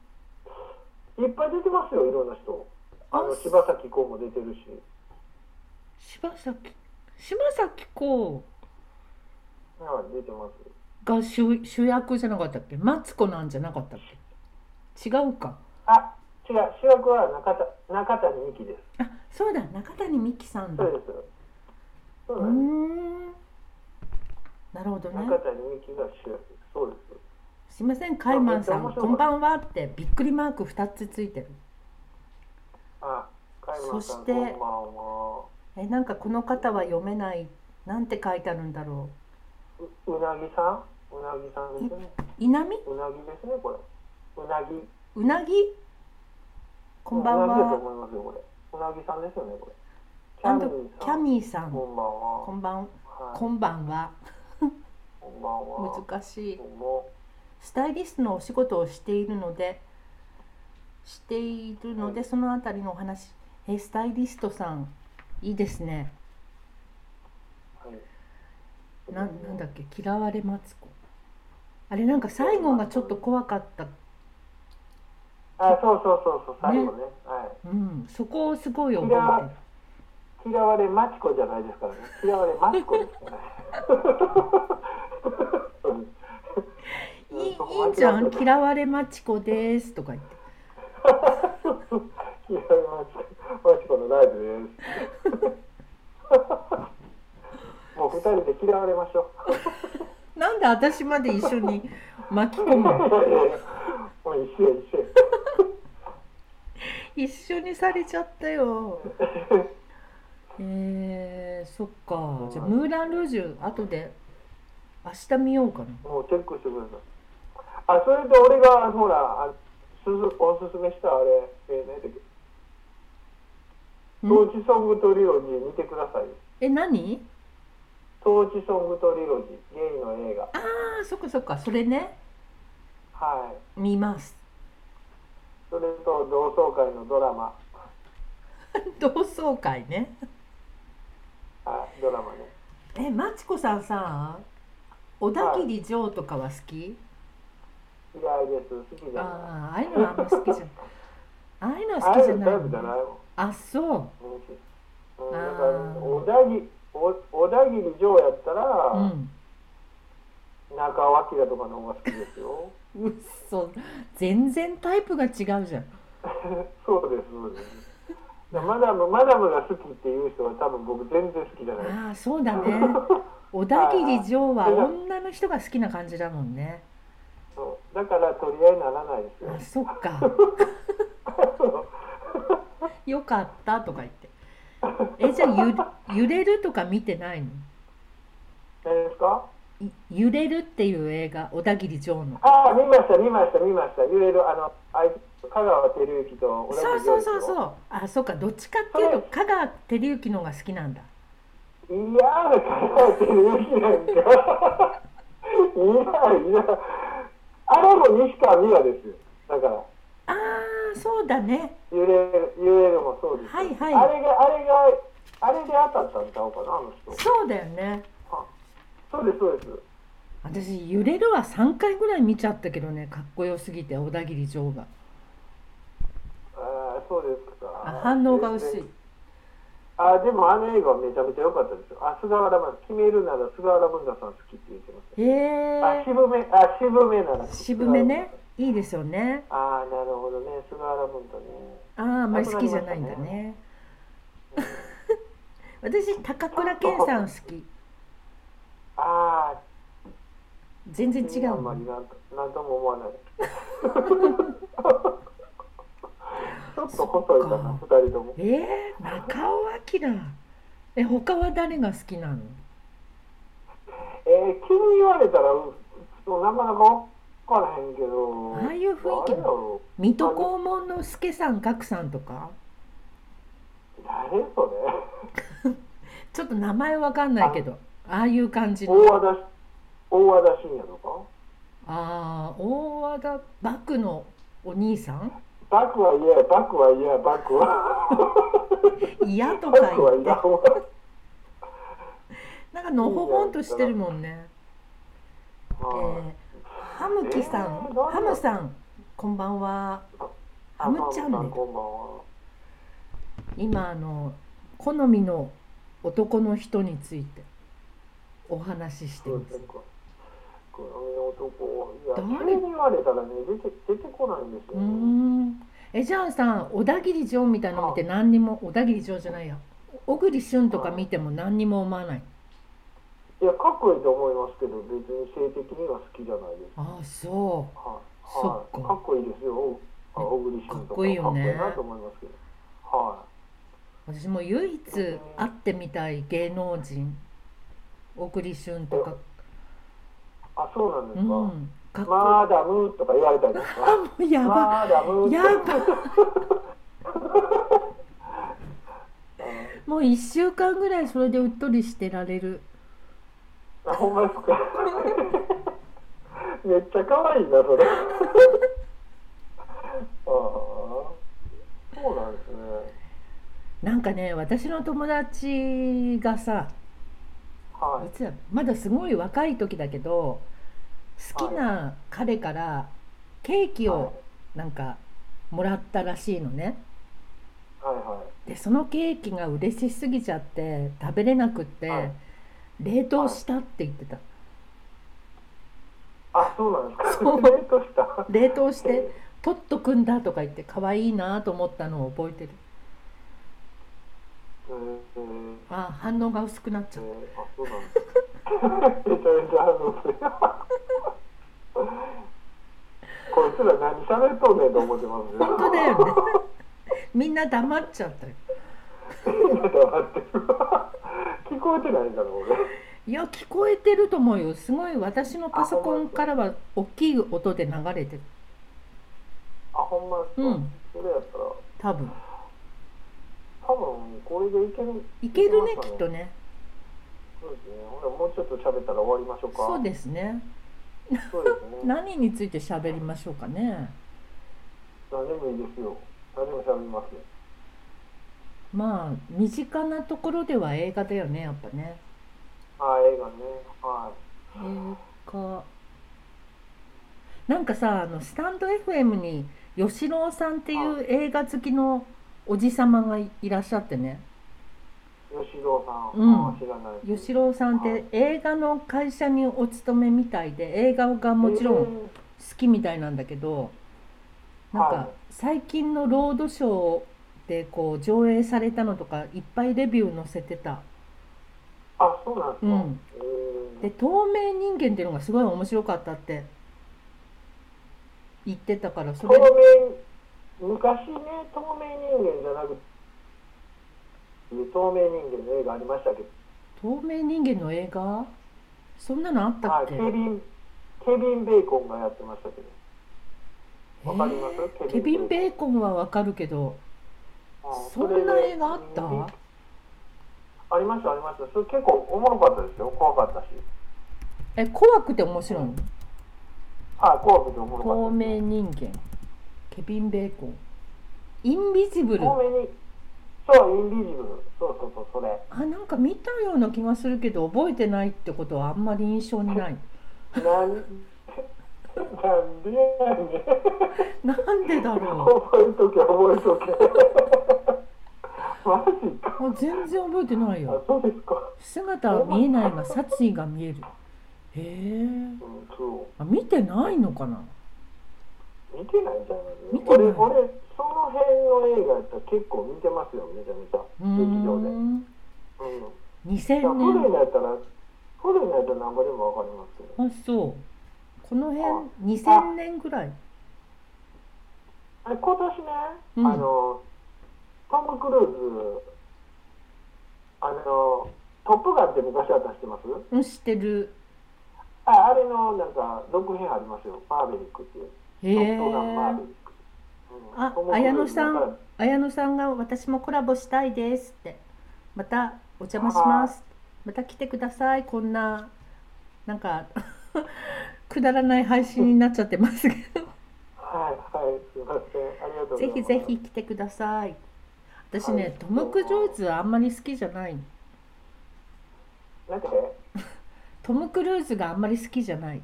B: いっぱい出てますよいろんな人あの
A: あ
B: 柴咲コウも出てるし
A: 柴咲柴咲コ
B: はい出てます
A: ウが主主役じゃなかったっけマツコなんじゃなかったっけ違うか
B: あ違う主役は中田中谷美紀です
A: あそうだ中谷美紀さんだ
B: そう
A: う
B: ですそ
A: ー
B: うなんで
A: んなるほど
B: す
A: ね
B: 中谷美紀が主役そうです
A: すいませんカイマンさ
B: め
A: ん
B: っちゃ面白
A: こ
B: かった
A: んばんはってびっくりマーク2つついてる
B: あカイマンさ
A: そし
B: ん
A: て
B: こんばんは
A: えなんかこの方は読めないなんて書いてあるんだろ
B: ううなぎさんうなぎさんですね
A: ういなみ
B: うなぎですねこれうなぎ
A: うなぎこんばん
B: うなぎだと
A: は
B: 思いますよこれうなぎさんですよねこれキ
A: ア
B: ャ
A: ン
B: ミー
A: ドキ
B: さ
A: ャ
B: ん
A: ミーさん
B: こ
A: こ
B: んばん
A: んば
B: は。
A: ん
B: はい
A: こんばんは
B: こんばんは。
A: 難しい
B: こんばんは
A: スタイリストのお仕事をしているのでしているのでそのあたりのお話えスタイリストさんいいですね
B: はい。
A: ななんだっけ嫌われマツコあれなんか最後がちょっと怖かった
B: あ、そうそうそうそう、最後ね。は
A: うんそこをすごい覚えてる
B: い。嫌われマチコじゃないですからね。嫌われマチコですからね。
A: いいいいじゃん嫌われマチコですとか言って
B: 嫌われマチコ。マチコのライブです。もう二人で嫌われましょう。
A: なんで私まで一緒に巻き込むの
B: もう一緒や一緒や。
A: 一緒にされちゃったよえー、そっかじゃあムーラン・ルージュ後で明日見ようかな
B: もうチェックしてください。あ、それで俺が、ほら、あすずおすすめしたあれ、えー、何だっけトーチソングトリロジー見てください。
A: え、何
B: トーチソングトリロジー、ゲイの映画。
A: ああ、そっかそっか、それね、
B: はい。
A: 見ます。
B: それと同窓会のドラマ。
A: 同窓会ね。
B: はい、ドラマね。
A: え、マチコさんさ、小田切城とかは好き、
B: 嫌いです。好きじゃない。
A: ああ、ああいうのはあんま好きじ ゃない。ああいうのは
B: あ
A: 好
B: あ
A: き
B: い
A: じゃ
B: うの
A: な
B: タ
A: い
B: イプじゃないもん。
A: あ、そう。
B: うん、
A: あ
B: だ
A: ー
B: から、小田切、お小田切城やったら、
A: うん。
B: 中尾明とかの方が好きですよ。
A: うっそ。全然タイプが違うじゃん。
B: そうです、そうです。マダム、マダムが好きっていう人は多分僕全然好きじゃない。
A: ああ、そうだ ね。小田切城は女の人が好きな感じだもんね。
B: そう。だから取り合いにならないですよ
A: あ。そっ か。よかったとか言って。え、じゃあゆ、揺れるとか見てないの
B: 何ですか
A: い揺れるっていう映画、小田切城の。
B: ああ、見ました、見ました、見ました。揺れる、あの、あい香川照之と同じ
A: そうそうそう
B: う。
A: そう。あ、そっか。どっちかっていうと、香川照之の方が好きなんだ。
B: いやー、香川照之なんか。いや、いや。あれも西川美和ですよ。だから、
A: ああ、そうだね。
B: 揺れる、揺れるもそうですよ。
A: はいはい
B: あれが、あれが、あれで当たったんちゃうかな、あの人。
A: そうだよね。
B: そうです、そうです。
A: 私、揺れるは3回ぐらい見ちゃったけどね。かっこよすぎて、小田切城が。
B: ああ、そうですか。
A: あ反応が薄い。。
B: あでもあの映画はめちゃめちゃ良かったですよ。あ、菅原文決めるなら菅原文太さん好きって言ってます。
A: へえ。
B: あ、渋め、あ、渋めなら。
A: 渋めね。いいですよね。
B: ああ、なるほどね。菅原文太ね。
A: ああ、あんまり好きじゃないんだ ね。私、高倉健さん好き。
B: ああ、
A: 全然違
B: あ
A: うん
B: ま
A: も
B: り
A: ん。
B: なんと、なんとも思わない。 ちょっと細いかな、二人とも。
A: ええ中尾明。え、他は誰が好きなの。
B: えー、急に言われたら、うそうなかなかわからへんけど。
A: ああいう雰囲気
B: 誰やろう
A: 水戸黄門の助さん、岳さんとか。
B: 誰それ。
A: ちょっと名前わかんないけど。ああいう感じ
B: 大
A: の。
B: 和田し大和田信也とか
A: ああ、大和田幕のお兄さん。
B: バクは嫌やバクは嫌やバクは
A: 嫌と
B: バ
A: か
B: クは
A: 言っ
B: 嫌
A: て。なんかのほほんとしてるもんね。え
B: は
A: ーハムキさん、
B: えー
A: ハムさん、こんばんは。ハムチャンネル
B: こんばんは
A: 今あの好みの男の人についてお話しして
B: そう
A: ま
B: です
A: す。
B: か黒の男いや
A: 誰
B: 急に言われたらね出て出てこないんです
A: うー
B: よ、ね、
A: ん。えじゃあさ、小田切城みたいなの見て何にも小田切城じゃないや。小栗旬とか見ても何にも思わない。
B: いやかっこいいと思いますけど別に性的には好きじゃないで
A: あ
B: す
A: あ、そ
B: はい、
A: そ
B: は
A: っ
B: い、
A: か
B: かっこいいですよあ小栗旬とか
A: かっこいいよね
B: かっこいいなと思いますけどは
A: う。私も唯一会ってみたい芸能人。小栗旬とか。
B: いあそうなんで
A: う
B: すか、
A: ん。かっこ
B: マダムとか言われたり とか。
A: いい。やば。
B: マダム
A: やば。もう1週間ぐらいそれでうっとりしてられる
B: あ、ほんまですか。 めっちゃ可愛いな、それ。ああ。そうなんですね。
A: なんかね私の友達がさ
B: はい
A: つだまだすごい若い時だけど好きな彼からケー
B: い。
A: キをなんかもらったらしいのね
B: はいは
A: でそのケーキが嬉しすぎちゃって食べれなくって
B: はい
A: 冷凍したって言ってた
B: い。あ、そうなんですか。
A: そう
B: 冷凍した。
A: 冷凍して取っとくんだとか言って可愛いなと思ったのを覚えてる
B: えーえー
A: あー反応が薄くなっち
B: え
A: ゃう
B: ーあ、そうなんですか。めちゃめちゃ反応する。こいつら何喋っとんねんと思ってますね
A: 本当だよねみんな黙っちゃったよ
B: 聞こえてないんだろうね。
A: いや聞こえてると思うよすごい私のパソコンからは大きい音で流れてる
B: あ、ほんまですか。
A: うん
B: それやったら、
A: 多分
B: ハ多分これでいける
A: いけるね
B: いけますかね
A: きっとね
B: そうですねほらもうちょっと喋ったら終わりましょうか
A: そうですね
B: そうですね
A: 何について喋りましょうかね
B: 何でもいいですよ何でも喋りますよ
A: まあ身近なところでは映画だよねやっぱね
B: あー映画ねはい
A: 映画なんかさあのスタンド FM に吉郎さんっていう映画好きのおじさまがいいらっしゃってね
B: 吉郎さん、
A: うん
B: あー知らないです
A: 吉郎さんって映画の会社にお勤めみたいで映画がもちろん好きみたいなんだけどなん
B: は
A: か
B: い
A: 最近のロードショーでこう上映されたのとかいっぱいレビュー載せてた
B: あそうなんですか、
A: うん
B: え
A: で透明人間っていうのがすごい面白かったって言ってたからそ
B: 透
A: れ
B: 明昔ね透明人間じゃなくて透明人間の映画ありましたけど、
A: 透明人間の映画そんなのあった
B: は
A: っ
B: い、
A: け、
B: ケビンケビン・ベーコンがやってましたけどわかります
A: えーケ
B: ケ
A: ビ
B: ビ
A: ン・
B: ン
A: ベーコンはわかるけど
B: あ
A: そんな映画あった
B: それでありましたありましたそれ結構おもろかったですよ怖かったし
A: え怖くて面白いの
B: あ怖くておもろかった
A: 透明人間ケビン・ベーコンインビジブル
B: 透明にそうインビジブルそうそうそうそれ
A: あなんか見たような気がするけど覚えてないってことはあんまり印象にない
B: なん なんでやねん
A: なんでだ ろ
B: 覚えとけ覚えとけマジか
A: うあ全然覚えてないよ
B: あそうですか、
A: 姿は見えないが殺意が見えるへえ
B: うん、そ
A: あ見てないのかな
B: う見てないんじゃない
A: 見てない
B: 俺俺その辺の映画やったら結構見てますよめちゃめちゃ
A: うー
B: 劇場で、うん、
A: ん
B: いや
A: 2000
B: 古い
A: 年
B: のやったら古いのやったら何ぼでもわかりますけど
A: あそうこの辺2000年ぐらい
B: あれ今年ね、
A: うん
B: あのトム・クルーズあの「トップガン」って昔あったの知ってます
A: うん知ってる
B: ああれのなんか続編ありますよ「マーヴェリック」っていう
A: へえ
B: トップガンマーヴェリックうん
A: あ
B: トムクルーズ
A: 綾野さん
B: だから
A: 綾野さんが「私もコラボしたいです」って「またお邪魔します」「また来てください」こんななんか くだらない配信になっちゃってますけど
B: はいはいすいませんありがとうござ
A: ぜ
B: います
A: ひぜひ来てください私ね、
B: はい
A: トム・クルーズはあんまり好きじゃない
B: なんで
A: トム・クルーズがあんまり好きじゃない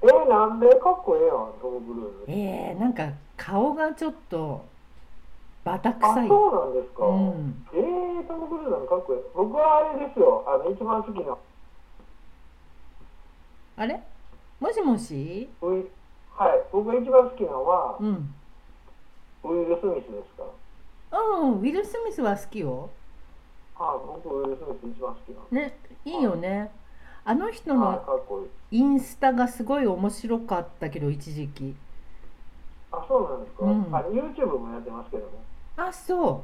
B: えー、なんでかっこええやんトム・クルーズ
A: えー、なんか顔がちょっとバタ
B: あ
A: 臭い
B: そうなんですか、
A: うん
B: えー、トム・クルーズのかっこええ僕はあれですよあの一番好きな
A: あれもしもし
B: ウィはい僕が一番好きなのは、
A: うん
B: ウィル・スミスですから。
A: うんウィル・スミスは好きよ
B: はい、僕ウィル・スミス一番好きなの。
A: ねいいよねあの人
B: はい、
A: の
B: かっこいい。
A: インスタがすごい面白かったけど一時期
B: あ、そうなんですか。
A: うん
B: あ、YouTube もやってますけどね。
A: あそ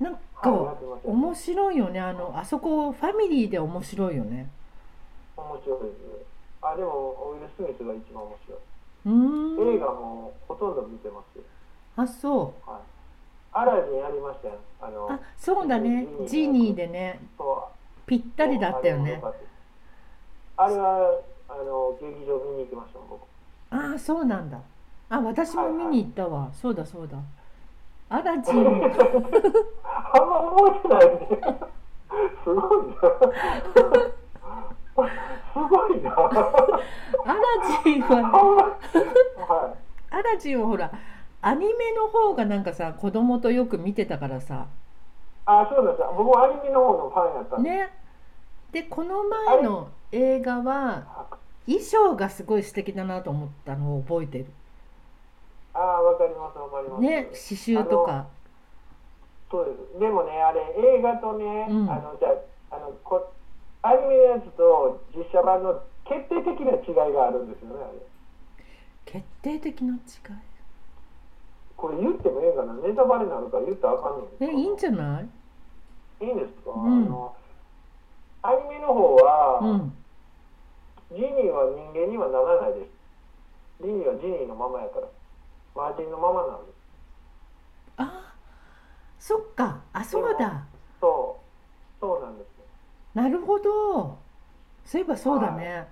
A: うなん
B: はい、や
A: か
B: ってますよ、ね。
A: 面白いよねあのあそこファミリーで面白いよね
B: 面白いです。あ、でもウィル・スミスが一番面白
A: うー
B: い。映
A: ん
B: 画もほとんど見てますよ。
A: あそう
B: はい。アラジンやりましたよ。あの、
A: あそうだねジーニーでね
B: そう。
A: ぴったりだったよね
B: あれは、あの、劇場見に行きましたもん、僕。
A: ああそうなんだあ私も見に行ったわ、そうだそうだアラジ
B: あん
A: ン
B: ま覚えてないね。すごいな。 すごいな。
A: アラジンは
B: は
A: アラジンはほらアニメの方がなんかさ子供とよく見てたからさ
B: い。あ、そうなんですよ。僕はアニメの方のファンやったんで。
A: ねでこの前の映画は衣装がすごい素敵だなと思ったのを覚えてる
B: あ、わかります。わかります。
A: ね刺繍とか
B: そうです。でもね、あれ映画とね、
A: うん
B: あのじゃああのこアニメのやつと実写版の決定的な違いがあるんですよね。あれ。
A: 決定的な違い
B: これ言っても映画のネタバレになるから言ったらあかんねんけ
A: え
B: ど。
A: いいんじゃない
B: いいんですか、
A: うん
B: あのアニメの方は、
A: うん
B: ジニーは人間にはならないですジニーはジニーのままやからマージンのままなんです
A: あそっかあそうだ
B: そうそうなんです よ
A: なるほどそういえばそうだね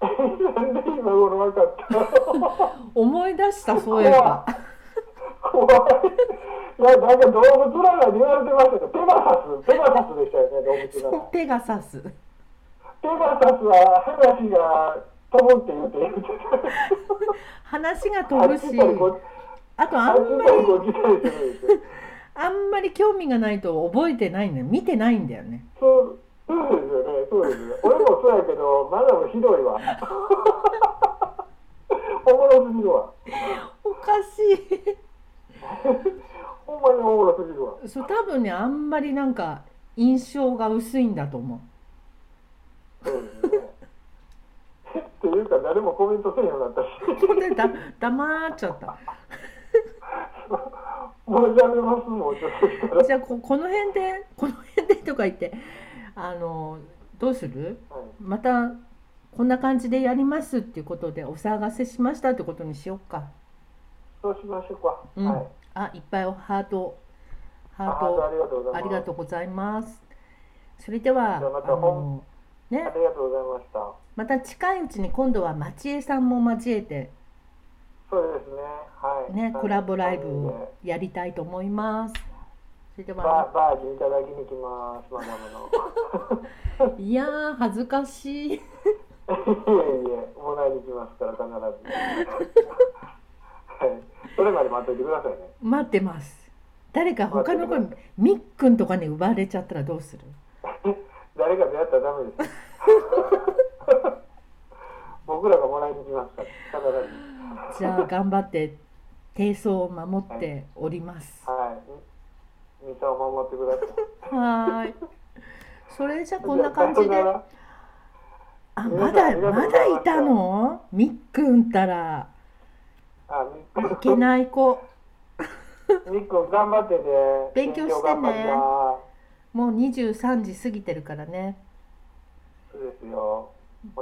B: なんで今頃わかった
A: 思い出したそういえば
B: 怖いななんか動物らが言われてましたけどペガサスペガサスでしたよね
A: そ
B: 動物
A: う
B: が
A: ペガサス
B: ペガサスは話が飛ぶって言うて言って
A: 話が
B: た
A: 飛ぶしあとあんまり
B: こっち行ったりこっち行ったりするんですよ
A: あんまり興味がないと覚えてないんだよ見てないんだよね
B: そう、そうですよね、そうですよね。俺もそうやけど、マダムひどいわ。おもろすぎるわ。
A: おかしい
B: ほんまにおもろすぎるわ。
A: そう多分ねあんまりなんか印象が薄いんだと思
B: そうですよね。っていうか、誰もコメントせえへんようになったし、
A: うこれだ黙っちゃった
B: もうやめますもん、ちょっとしたら。
A: じゃあここの辺でこの辺でとか言ってあのどうする
B: はい
A: またこんな感じでやりますっていうことでお騒がせしましたってことにしようか
B: そうしましょうか。
A: うん
B: はい。
A: あいっぱいおハートハ
B: あ
A: ー
B: あ
A: ト
B: りがとうござ
A: あ
B: い
A: り
B: ます。
A: がとうございますそれでは
B: じゃあまた
A: あのね
B: ありがとうございました。
A: また近いうちに今度は町江さんも交えて
B: そうですね。は
A: ね
B: い。
A: コラボライブ
B: を
A: を。やりたいと思います。それで
B: バ
A: は
B: ー、バージいただきに来ます。マダムの。
A: いやー恥ずかしい。
B: いえいえ、もらいに来ますから、必ず。 はい、それまで待っといてくださいね。
A: 待ってます。誰か他の子に
B: 待って
A: みっくんとかに奪われちゃったらどうする？
B: 誰かとやったらダメです。僕らがもらいに来ますから、必ず。
A: じゃあ頑張って低層を守っております。
B: はい。みミサを守ってください。
A: はーい。それじゃあこんな感じ
B: さ
A: で
B: よな、ら
A: あ
B: 皆
A: ま
B: さんあ
A: だ
B: りがとうござ
A: ま
B: いまし
A: だ
B: た
A: いたの？みっくんったら
B: あ、み
A: いけない子。
B: みっくん頑張ってね。
A: 勉強してね
B: 勉頑張りな
A: もう23時過ぎてるからね。
B: そうですよ。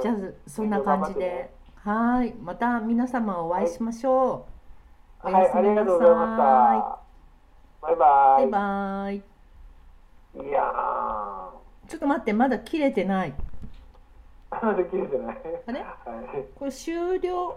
A: じゃあそんな感じで、はーい、また皆様お会いしましょう。
B: はい、ありがとうございました。バイバ
A: バイ
B: イ。
A: バイ。
B: いやー。
A: ちょっと待って、まだ切れてない。
B: まだ切れてない。
A: あれ
B: はい。
A: これ終了